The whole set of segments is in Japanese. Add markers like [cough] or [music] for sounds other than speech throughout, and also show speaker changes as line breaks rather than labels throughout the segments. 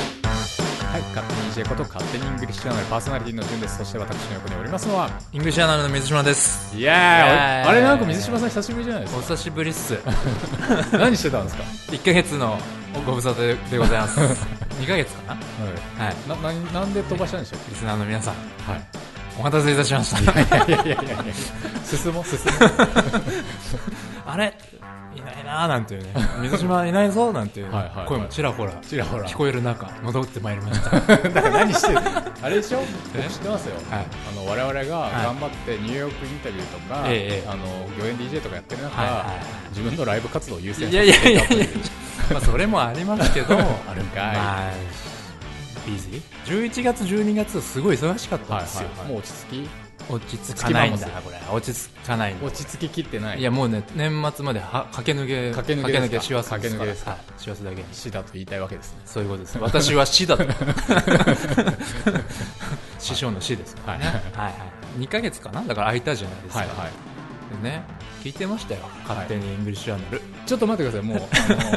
はい、勝手に EJ こと勝手にイングリッシュチャンネルパーソナリティの順です。そして私の横におりますのは、
イングリッシュアナルの水島です。
イエーイあれ
イ
あれなんか水島さん久しぶりじゃないです
お久しぶりっす。 [laughs]
か。何してたんですか、
1ヶ月のご無沙汰でござい [laughs] ます。2ヶ月か
は
なはい。
い、な、な、なんで飛ばしたんでしたっ
リスナーの皆さん、
けはい。
お待たせいたしました。
いやいやいやい [laughs] や進もう進
[laughs] あれいないなーなんていう [laughs] ね。水島いないぞーなんていう
はいはいはい
声もちらほら
ちら
[laughs]
ほら
聞こえる中、戻ってまいりました。
もう。だから何してる [laughs] あれでしょ
え
僕知ってますよ。
はい
あの、我々が頑張ってニューヨークインタビューとか、
ええ
あの、御苑 DJ とかやってる中、
はいはいはい
自分のライブ活動を優先
い
さ
や
せ
い
ていた
やいや
と
い
いう
や。 [laughs] まあそれもあります [laughs] けど、
あるんかい。
まあ、ビーズ ?11 月、12月、すごい忙しかったん
はい
ですよ。
はいはい、もう落ち着き
落ち着かないん
落ち
だ
着きま、
これ。落ち着かないんだ。
落ち着ききってない
いやもうね年末までは駆け抜け
駆け抜けですか
師走ですから
駆け抜けですか
はい師走だけに
死だと言いたいわけですね
そういうことです私は師
[laughs]
だと師匠の師ですからね、
は
はいいはい2ヶ月かなだから空いたじゃないですか、
はいはい
でね聞いてましたよ勝手にイングリッシュアナル
ちょっと待ってくださいも
[laughs]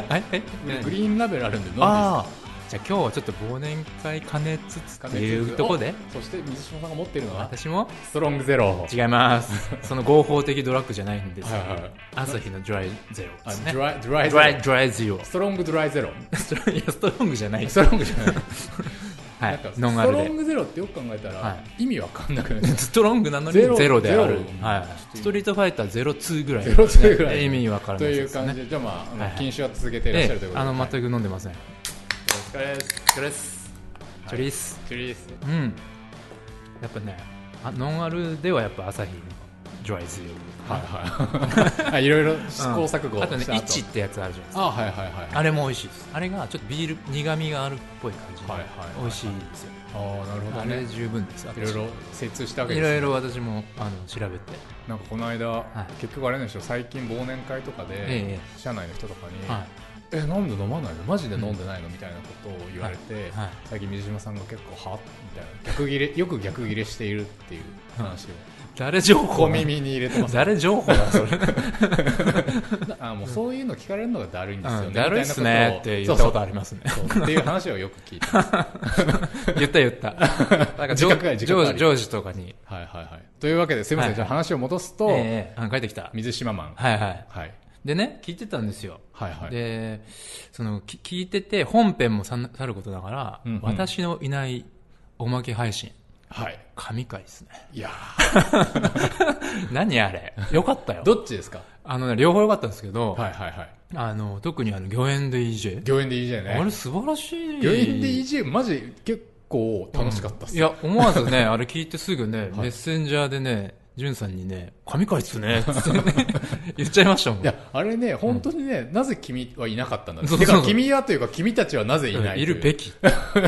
う あ
はいはい
のグリーンラベルあるんで飲んでいいですか
ああじゃあ今日はちょっと忘年会兼ねつつっていうとこで
おそして水島さんが持ってるのは
私も
ストロングゼロ
違います
[laughs]
その合法的ドラッグじゃないんです
はいはい
朝日のドライゼロ
あ
ですね
ドライドライゼ
ドライ
ロ
ドライゼ
[laughs]
ロ
ストロングドライゼロ
ストロンいやストロングじゃない
ストロングじゃない
は
なん
い
か、ス
ノンア
ト
ル
ロン
で。
グゼロってよく考えたら
は
意味わかんなくなっちゃ
[laughs]
う
ストロングなのに
ゼロ
ゼロであ
ゼ
る。
ロ
はい、ストリートファイター02ぐらい,、
ゼロ02ぐらい
意味わから
と
ない
い
で
う
すね。
感じでじゃあまああの
はいはい
禁酒は続けていらっしゃ
え
るという
え
こと
あ
で
の
はい
全く飲んでません。
お疲れです
お疲れです。チョリース。
チュリース
うん。やっぱね、あノンアルではやっぱ朝日のジョイズよ
はいはい [laughs] あいろいろ試行錯誤
あとね、
した
イチってやつあるじゃないですか。
あはいはいはい
あれも美味しいです。あれがちょっとビール苦味があるっぽい感じで、
はいはいはい
美味しいですよ。
ああなるほど
あ
ね
れ十分です。
いろいろ精通したわ
私
け
い
です、
ろ
ね、
いろ私もあの調べて。
なんかこの間、
い
結局あれなんでしょ最近忘年会とかで、
え
社内の人とかに「
は
えなんで飲まないのマジで飲んでないの?」みたいなことを言われて、
い。はい
最近水島さんが結構「は?」みたいな逆ギレよく逆ギレしているっていう話を
誰情報
小耳に入れて
[laughs]
ます
誰情報だそれ
あもうそういうの聞かれるのがだるいんですよね、
うんだるいっすねって言ったことありますね
みたいなことをそうそうっていう話をよく
[laughs]
聞いてます
言った言った [laughs] なんか
自
上
覚あり自覚あり
上司とかに、
はいはいはいというわけですいません、
はい
じゃあ話を戻すと、
ええあ帰ってきた
水島マン、
はいはい
はい、
でね聞いてたんですよ、
はいはい
でそのき聞いてて本編もさんさることながら、
うんうん
私のいないおまけ配信
はい
神回ですね
いや
[laughs] 何あれよかったよ
ーどっちですか
あのね両方よかったんですけど、
はいはいはい
あの特にあの御苑で EJ、
御苑で EJ ね
あれ素晴らしい
余韻で EJ マジ結構楽しかったっす、
いや、思わずね、 [laughs] あれ聞いてすぐね、メッセンジャーでね、ジュンさんにね、神回っすね、つってね、 [laughs] 言っちゃいましたもん。
いやあれね本当にね、なぜ君はいなかったんだ
そう
て
そう
か
そう
君はというか君たちはなぜいない
る
[laughs]
べき。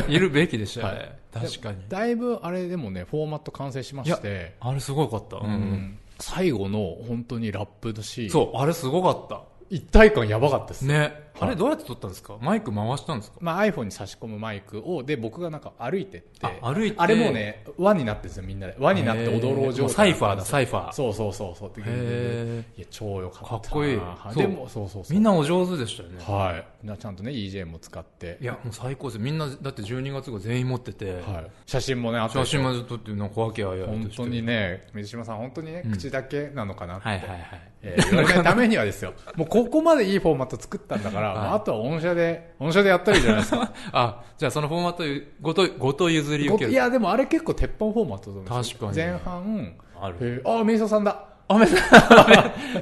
いるべきでしたね。
はい
確かに。
だいぶあれでもねフォーマット完成しまして、
あれすごかった。うん
うん最後の本当にラップのシーン
そう、あれすごかっ
一体感やばかったです、
た。ね。あれどうやって撮ったんですかマイク回したんですか
まあ、iPhone に差し込むマイクをで僕がなんか歩いてって
あ歩いて
あれもうね輪になってるんですよみんなで輪になって踊ろう
へーも
状態
サイファーだ、サイファー。
そうそうそうそうって
へ
いや超よかったな
かっこいい
は
そう
でもそうそうそう
みんなお上手でしたよね。
はい。なちゃんとね、EJ も使って。
いや、もう最高です。みんな、だって12月が全員持ってて、
はい。写真もね、あと
写真まで撮って、なんかわけあいあい
本
として
当にね、水島さん、本当にね、
ん
口だけなのかなって、
はいはいはい。
えー言われないためには
[laughs]
ですよ。もうここまでいいフォーマット作ったんだから、
はい
もうあとは御社で、御社でやったらいいじゃないです
[laughs]
か。
あ、じゃあそのフォーマットごと、ごと譲り受け
い
る。
や、でもあれ結構鉄板フォーマットだと思いますよ
確かに
前半、
ある。
えー、あ、水島さんだ。
あ、めず、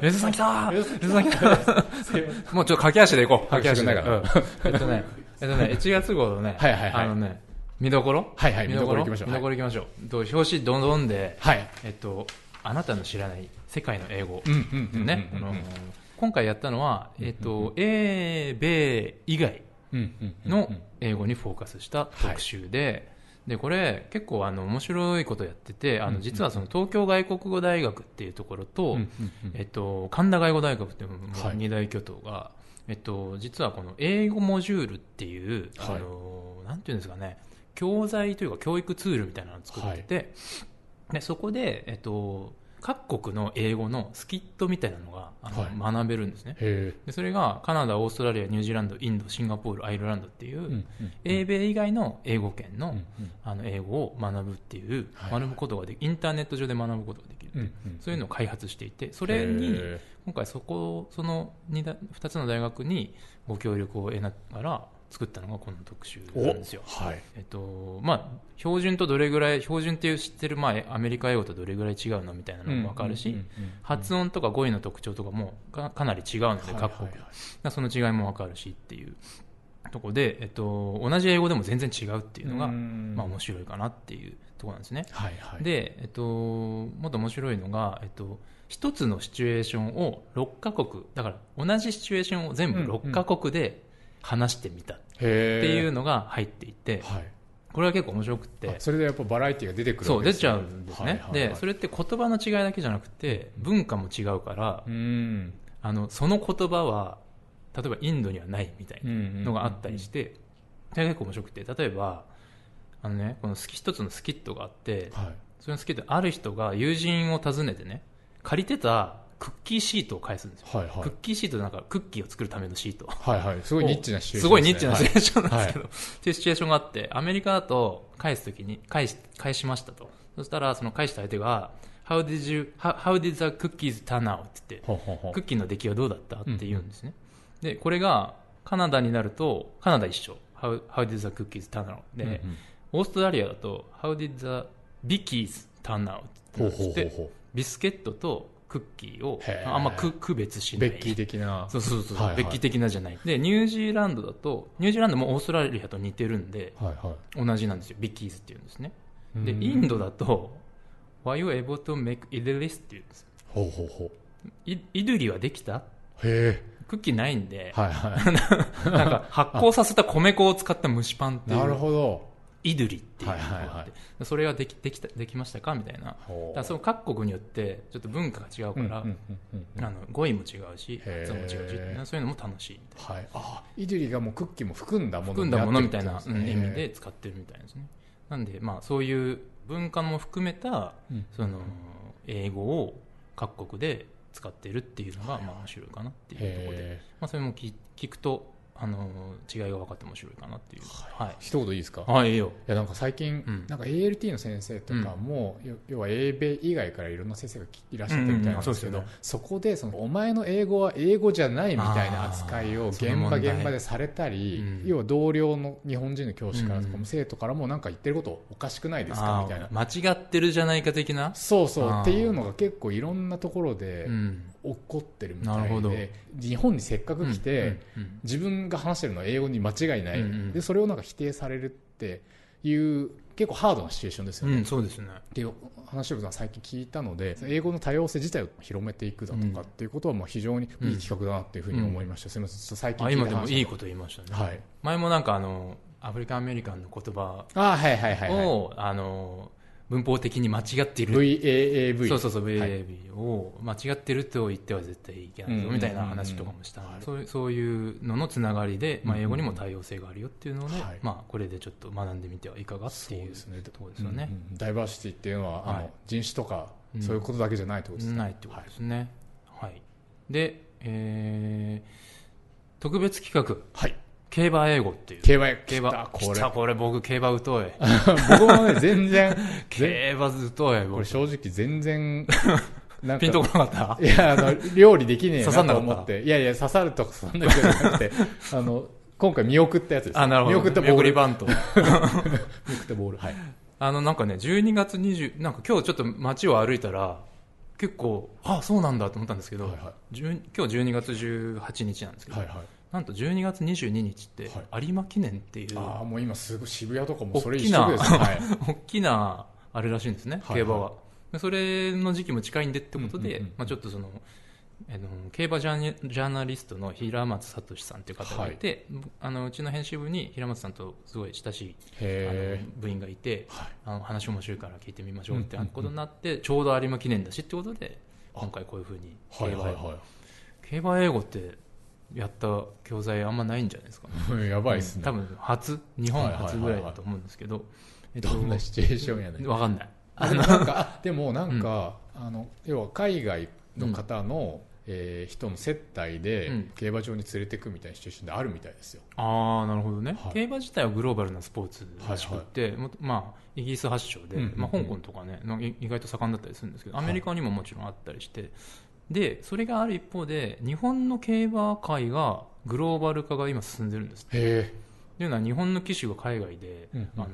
めずさん来たー
水
めずさん来た
すいません
もうちょっと駆け足で行こう。
[laughs] 駆け足で
だから。うん
[laughs]
えっとね、えっとね、1月号のね、
はいはいはい
あのね、見どころ
はいはい見どころ行きましょう
見どころ行きましょう。と表紙どんどんで、
[laughs] はい。
えっと、あなたの知らない世界の英語
う。んうんうん。
ね、
う
あ
んう
の
ん
今回やったのは、えっと、英米以外
うんうん。
の英語にフォーカスした特集で、で、これ結構あの面白いことやってて、あ
うんう
の
ん
実はその東京外国語大学っていうところと、
うんうんうん
えっと、神田外語大学っていうもう
はい
二大巨頭が、えっと、実はこの英語モジュールっていう、
はい
あのなんていうんですかね教材というか教育ツールみたいなのを作ってて、でそこで、えっと、各国の英語のスキットみたいなのがあの、
はい
学べるんですね
へ
でそれがカナダオーストラリアニュージーランドインドシンガポールアイルランドってい
え、
う、
うん
英米以外の英語圏の,、
うん
あの英語を学ぶっていう、
はい
学ぶことができインターネット上で学ぶことができる、
うんうん
そういうのを開発していてそ
こ
れに今回そこその 2, だ2つの大学にご協力を得ながら作ったのがこの特集なんですよ
はい
えっとまあ、標準とどれぐらい標準っていう知ってる、まあ、アメリカ英語とどれぐらい違うのみたいなのも分かるし、
うんうんうんうん
発音とか語彙の特徴とかもかかなり違うの
は
で、
い
各国、
はいはい
だからその違いも分かるしっていうとこで、えっと、同じ英語でも全然違うっていうのが、
うん
まあ、面白いかなっていうところなんですね。
はいはい
で、えっと、もっと面白いのが、えっと、一つのシチュエーションを6カ国だから同じシチュエーションを全部6カ国で話してみたっ
へー
ていうのが入っていて、
はい
これは結構面白くって
あそれでやっぱバラエティが出てくる
そう
わけ
出
で
ち
す
ゃ
ね
うんです
はい
ね
はいはい
でそれって言葉の違いだけじゃなくて文化も違うから
うん
あのその言葉は例えばインドにはないみたい
うんうんうん
なのがあったりしてそれが結構面白くて例えばあのねこのスキ一つのスキットがあって
はい
そのスキットある人が友人を訪ねてね借りてたクッキーシートを返すんですよ
はいは
ク
い
ッキーシートなんかクッキーを作るためのシート
はいはいすごいニッチなシチュエーション
すごいニッチな
です
シ
ね
チュエーションなんですけど、っていうシチュエーションがあって、アメリカだと返すときに返し、返しましたと。そしたら、その返した相手が、How did you, how, how did the cookies turn out? って言って、
ほんほんほん
クッキーの出来はどうだったって言うんですね。で、これが、カナダになると、カナダ一緒。How, how did the cookies turn out? で、
うんうん
オーストラリアだと、How did the bickies turn out? って
ほうほう
言うんですっ
ほう
て
ほ
ビスケットとクッキーを
へ、ー
あんま区区別し
う
な
ベ
い。
ッキー的な
そうそうそう、
はいはい
ベッキー的なじゃないでニュージーランドだとニュージーランドもオーストラリアと似てるんで
はいは
同じなんですよビッキーズっていうんですね
い
で
うん
インドだと「Were you able to make idlis?」って言うんです
ほうほうほ
イイドゥリはできた
うへ
クッキーないん
え
で、
はいは
なんか発酵させた米粉を使った蒸しパンっ
い
てい
なる
う
ほど
イドゥリっていうのがあって、
はいはいは
それができできたできましたかみたいなだからその各国によってちょっと文化が違うから、
うんうんうんうん
あの語彙も違うし
へー
発音も違うしそういうのも楽しいみたいな
はい、あイドゥリがもうクッキーも含んだもの
組ん
に
だものみ
って
た
る
い
ってこと
なうん
す
意
ね
味で使ってるみたいですね。なんで、まあ、そういう文化も含めた
うん
その英語を各国で使ってるっていうのがまあ面白いかなっていうところで、
へ
まあ、それも聞聞くとあの違いが分かって面白いかなっていう。はい
ー、一言いいですかい
あいいよ
やなんか最近、
うん
なんか ALT の先生とかも、よ要は英米以外からいろんな先生がきいらっしゃってるみたいなんですけど、
うんうんうん
そこでそのお前の英語は英語じゃないみたいな扱いを
あーそ
現
の問
場
題
現場でされたり、
うん
要は同僚の日本人の教師からとか
うんう
も
ん
生徒からもなんか言ってることおかしくないですか
あ
みたいな
間違ってるじゃないか的な、
そうそう
あー
っていうのが結構いろんなところで
うん、
起こってるみ
な
た
る
い
ほど
で、日本にせっかく来て、
うんうん
自分が話してるのは英語に間違いない、
うんうん
でそれをなんか否定されるっていう結構ハードなシチュエーションですよ
う
ね、
んう
っ
んそうですね
ていう話を最近聞いたので英語の多様性自体を広めていくだとかっていうことはもう非常にいい企画だなっていうふうに思いました、すみませんちょっと最近
あ
聞いた
今
話
でもいいこと言いましたね、
はい
前もなんかあのアフリカンアメリカンの言葉
あーはいはいはい、はい、
を、あの文法的に間違っている
VAAV
そうそうそう
はい
VAB を間違ってると言っては絶対いけないぞ
うん
みたいな話とかもしたのでそういうそういうののつながりで、まあ、英語にも多様性があるよっていうので、
はい
まあ、これでちょっと学んでみてはいかがって
そう
いう
ですね
ところですよね
う。んうんダイバーシティっていうのは、あ
は
の
い
人種とか、
うん
そういうことだけじゃないってことですね、
ないってことですね。はいで、えー特別企画
はい
競馬英語っていう。
KY
競
来た
馬
こ
来
れ
たこれ僕競馬疎い
[laughs] 僕もね全然
競馬疎い
これ
僕
正直全
[laughs]
然なんか
ピンとこなかっ
いやあの料理できねえ
刺さん
な
な
と
かった
思っていやいや刺さるとか刺さんなくじゃなく [laughs] てあの今回見送ったやつです
たあなるほど
見送ったボ
見
ール
送り
見
バント
送ったボールはい
あのなんかね12月20なんか今日ちょっと街を歩いたら結構あそうなんだと思ったんですけど、
はいは
10今日12月18日なんですけど、
はいはい
なんと12月22日って有馬記念っていう、
ああもう今すごい渋谷とかもそれ
大
一
きな
色ですねはい
[laughs] 大きなあれらしいんですね、
はいはい
競馬はでそれの時期も近いんでってことで、
うんうんうんうん
まあ、ちょっとそのあの競馬ジャーニジャーナリストの平松聡さんという方がいて、あのうちの編集部に平松さんとすごい親しいあの
へ
部員がいて
え、はい
あの話面白いから聞いてみましょうって
うんうんうん
ことになって、ちょうど有馬記念だしってことで
あ
今回こういうふうに競
はい
馬,、
はい
競馬英語ってやった教材あんまないんじゃないですか、
はいやばいです
多
ね
分初日本初ぐらいだと思うんですけど、えっと
どんなシチュエーションやねん
わかんない
あでもなんかあでもなんかあの要は海外の方の、えー人の接待で
うん
競馬場に連れてくみたいなシチュエーションであるみたいですよ、
ああなるほどね、
はい
競馬自体はグローバルなスポーツらしくって、もっとまあ、イギリス発祥で、
うんうんうん
まあ、香港とかねなんか意外と盛んだったりするんですけどアメリカにももちろんあったりして、でそれがある一方で日本の競馬界がグローバル化が今進んでるんです
へ
というのは日本の騎手が海外で、
うんうんうん
あのー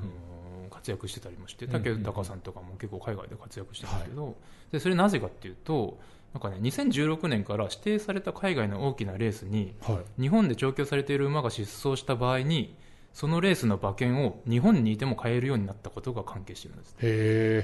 活躍してたりもして
うんうん
武豊さんとかも結構海外で活躍してたんですけど、でそれなぜかっていうとなんかね2016年から指定された海外の大きなレースに
えはい
日本で調教されている馬が失踪した場合にそのレースの馬券を日本にいても買えるようになったことが関係してるんです
へ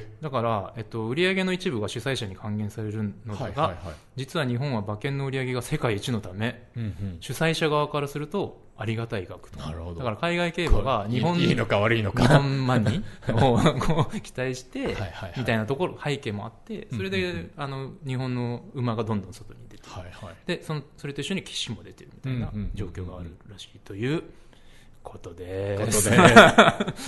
え
だから、えっと、売り上げの一部が主催者に還元されるのだが、
はいはいはい
実は日本は馬券の売り上げが世界一のため
うんうん
主催者側からするとありがたい額と
なるほど
だから海外競馬が日本
いいいいのか悪いのか
日本
[laughs]
マニーをこう期待して、
はいはいはい
みたいなところ背景もあってそれで、
うんうんう
あの日本の馬がどんどん外に出て
はいはい
でそのそれと一緒に騎士も出てるみたいな
うんうん
状況があるらしいということで
こと
す
で [laughs] こ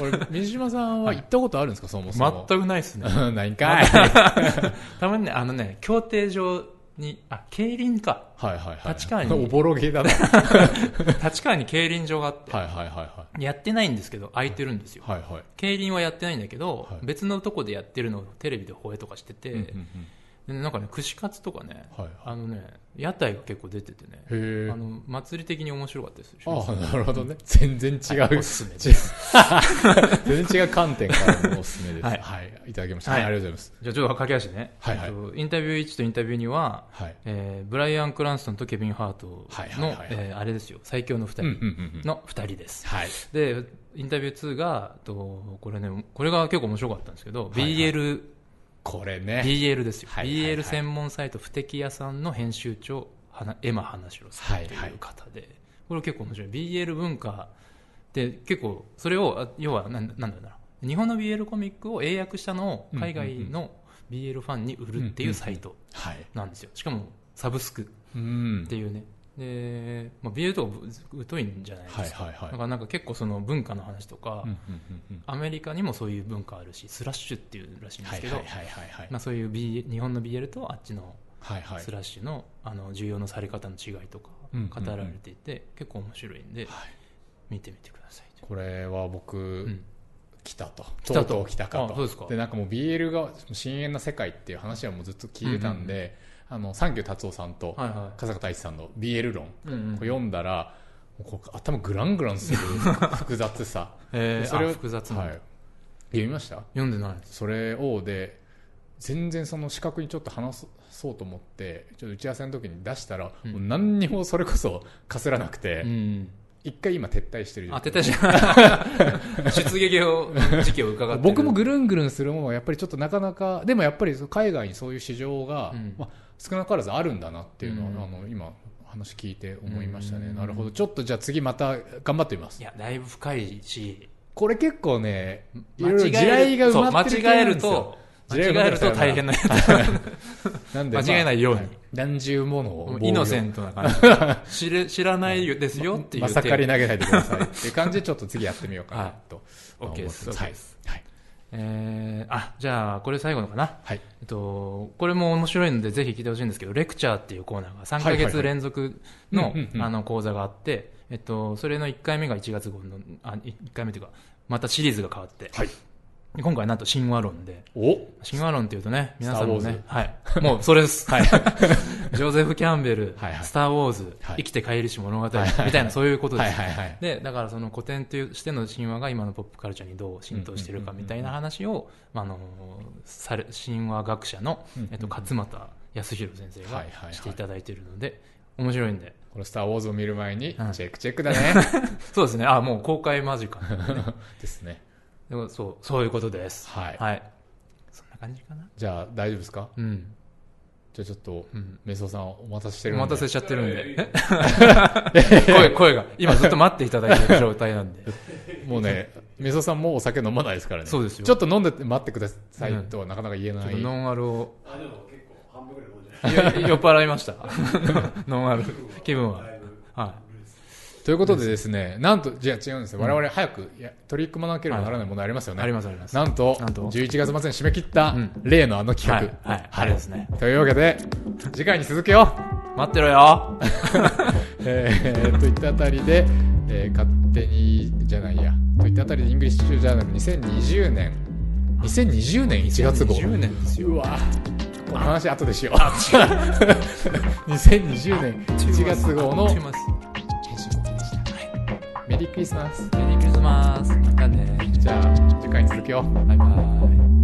れ水島さんは行ったことあるんですかそもそも
全くないですね
く [laughs] ないんかい
[laughs] たまにねあのね競艇場にあ競輪か
はいはいはい
立川に
おぼろげだなはい
立川に競輪場があって、
はいはいは
やってないんですけど空いてるんです
い
よ、
はいはい
競輪はやってないんだけど、
はい
別のとこでやってるのをテレビで放映とかしてて、
うんうんうん
でなんかね串カツとかね、
はい
あのね屋台が結構出ててね
へえ
あの祭り的に面白かったです
ああなるほどね全然違う、
おすすめ
違う全然違う観点からのおすすめです
は
はいい、い、ただきました、
はい
はいありがとうございます
じゃあちょっと駆け足ね、
はいはい
えっとインタビュー1とインタビュー2は、
はい
えーブライアン・クランストンとケビン・ハート
はいはい
の
はいはい
えーあれですよ最強の2
うんうん
人
うんうん
の2人です、
はい
でインタビュー2がえっとこれねこれが結構面白かったんですけど、
いはい
BL
これね
BL ですよ、
はいはいはい
BL 専門サイト不敵屋さんの編集長はなエマ花城さんという方で、これ結構面白い BL 文化で結構それをあ要はなんなんだろうな日本の BL コミックを英訳したのを海外の BL ファンに売るっていうサイト
はい
なんですよしかもサブスクっ
うん
ていうねで、まあ、BL とか疎いんじゃないですか、
はいはいはい
だからなんか結構その文化の話とか、
うんうんうんうん
アメリカにもそういう文化あるしスラッシュっていうらしいんで
は
す
い
け
はい
ど、
はいはいはい
まあ、そういう、B、日本の BL とあっちの
はいはい
スラッシュの,、あの重要のされ方の違いとか
うん
語られていて、結構面白いんで、
はい
見てみてくださいと
これは僕、
うん
来たと
来
と
たと
うとう来たか
あ
と
そうですか
なんかもう BL が深淵な世界っていう話はもうずっと聞いてたんで、あの三九達夫さんと
はいは
笠坂太一さんの BL 論、
い、うんうん
こう読んだらもうこう頭グラングラン
[laughs]
する複雑さ
えー、
それを
あ複雑な、
はい、読みました
読んでないです
それをで全然その視覚にちょっと話そうと思ってちょっと打ち合わせの時に出したら、
うん
もう何にもそれこそかすらなくて、
うん
一回今撤退してる状況
当てたじゃん [laughs] 出撃を時期を伺ってる
僕もぐるんぐるんするものはやっぱりちょっとなかなかでもやっぱりその海外にそういう市場が、
うん
まあ、少なからずあるんだなっていうのは、
うん
あの今話聞いて思いましたね、
うん
なるほどちょっとじゃあ次また頑張ってみます
いやだいぶ深いし
これ結構ねいろいろ地
間違え
雷
る
が
そう
埋ま
間
ってる
違え
系なん
る
ですよ地雷が埋まっ
と間違え
てる
ると大変なやつ
なんでまあ
間違えないように
は何重ものを
イノセ
ン
ントな感
[laughs]
じ知れ知らないですよっていう
ま
手
さかり投げないでくださいっていう感じでちょっと次やってみようかな
[laughs]
と
OK です
まあ思っ
OK
てま
ですす
はい
えーあじゃあこれ最後のかな
はい
えっと、これも面白いのでぜひ聞いてほしいんですけど、レクチャーっていうコーナーが3ヶ
はいはいは
月
い
連続
う
の
んうんうん
あの講座があって、えっと、それの1回目が1月号の、あ、1回目というか、またシリーズが変わって、
はい
で今回なんと神話論で、
お
神話論っていうとね、皆さんも
スターウ
ね、はい、もうそれ
[laughs]
です。はい。ジョゼフ・キャンベル、
はいはい
スター・ウォーズ、
はい
生きて帰りし物語、み
いはいはい
たいなそういうことです。
はいはいはい
でだからその古典というしての神話が今のポップカルチャーにどう浸透してるかみたいな話をまああのされ神話学者の
うんうん、うん
えっと、勝俣康弘先生
はいはいは
が
い
していただいているので面白いんで
この「スター・ウォーズ」を見る前にチ
うん
ェックチェック
[laughs]
だね
そうですねあもう公開間
[laughs]
近なんでね
ですね
でもそうそういうことです
はい
そんな感じかな
じゃあ大丈夫ですか
うん、
じゃあちょっと、
うん、
メイソウさんお待たせして
お
るんで
待たせしちゃってるん
[laughs]
でえ [laughs] 声声が今ずっと待っていただいてる状態な
[laughs]
んで
もうね、メイソウさんもお酒飲まないですからね。
そうですよ
ちょっと飲んでて待ってくださいとはなかなか言え
ちょ
な
っ
い。
とノンアルを
あでも結構半分ぐら
[laughs]
い飲んじゃない
いや酔っ払いましたノンアル気分は
だいぶ
は
ということでですね、なんと、じゃあ違うんですよ。我々早くいや取り組まなければならないものありますよね。
ありますあります
なんと、
なんと
11月末に締め切った
うん
例のあの
は
企
い
画。
はいあれですね
というわけで、次回に続けよう
待ってろよ
えーといったあたりで、えー勝手に、じゃないや、といったあたりで、イングリッシュジャーナル2020年、2020年1月号。
20年ですよ
うわこの話後でしよう。2020年1月号の
あっ
編
ちます
集後でした。メリークリスマス。
メリークリスマスまたね
じゃあ、次回に続けよう。
バイバイ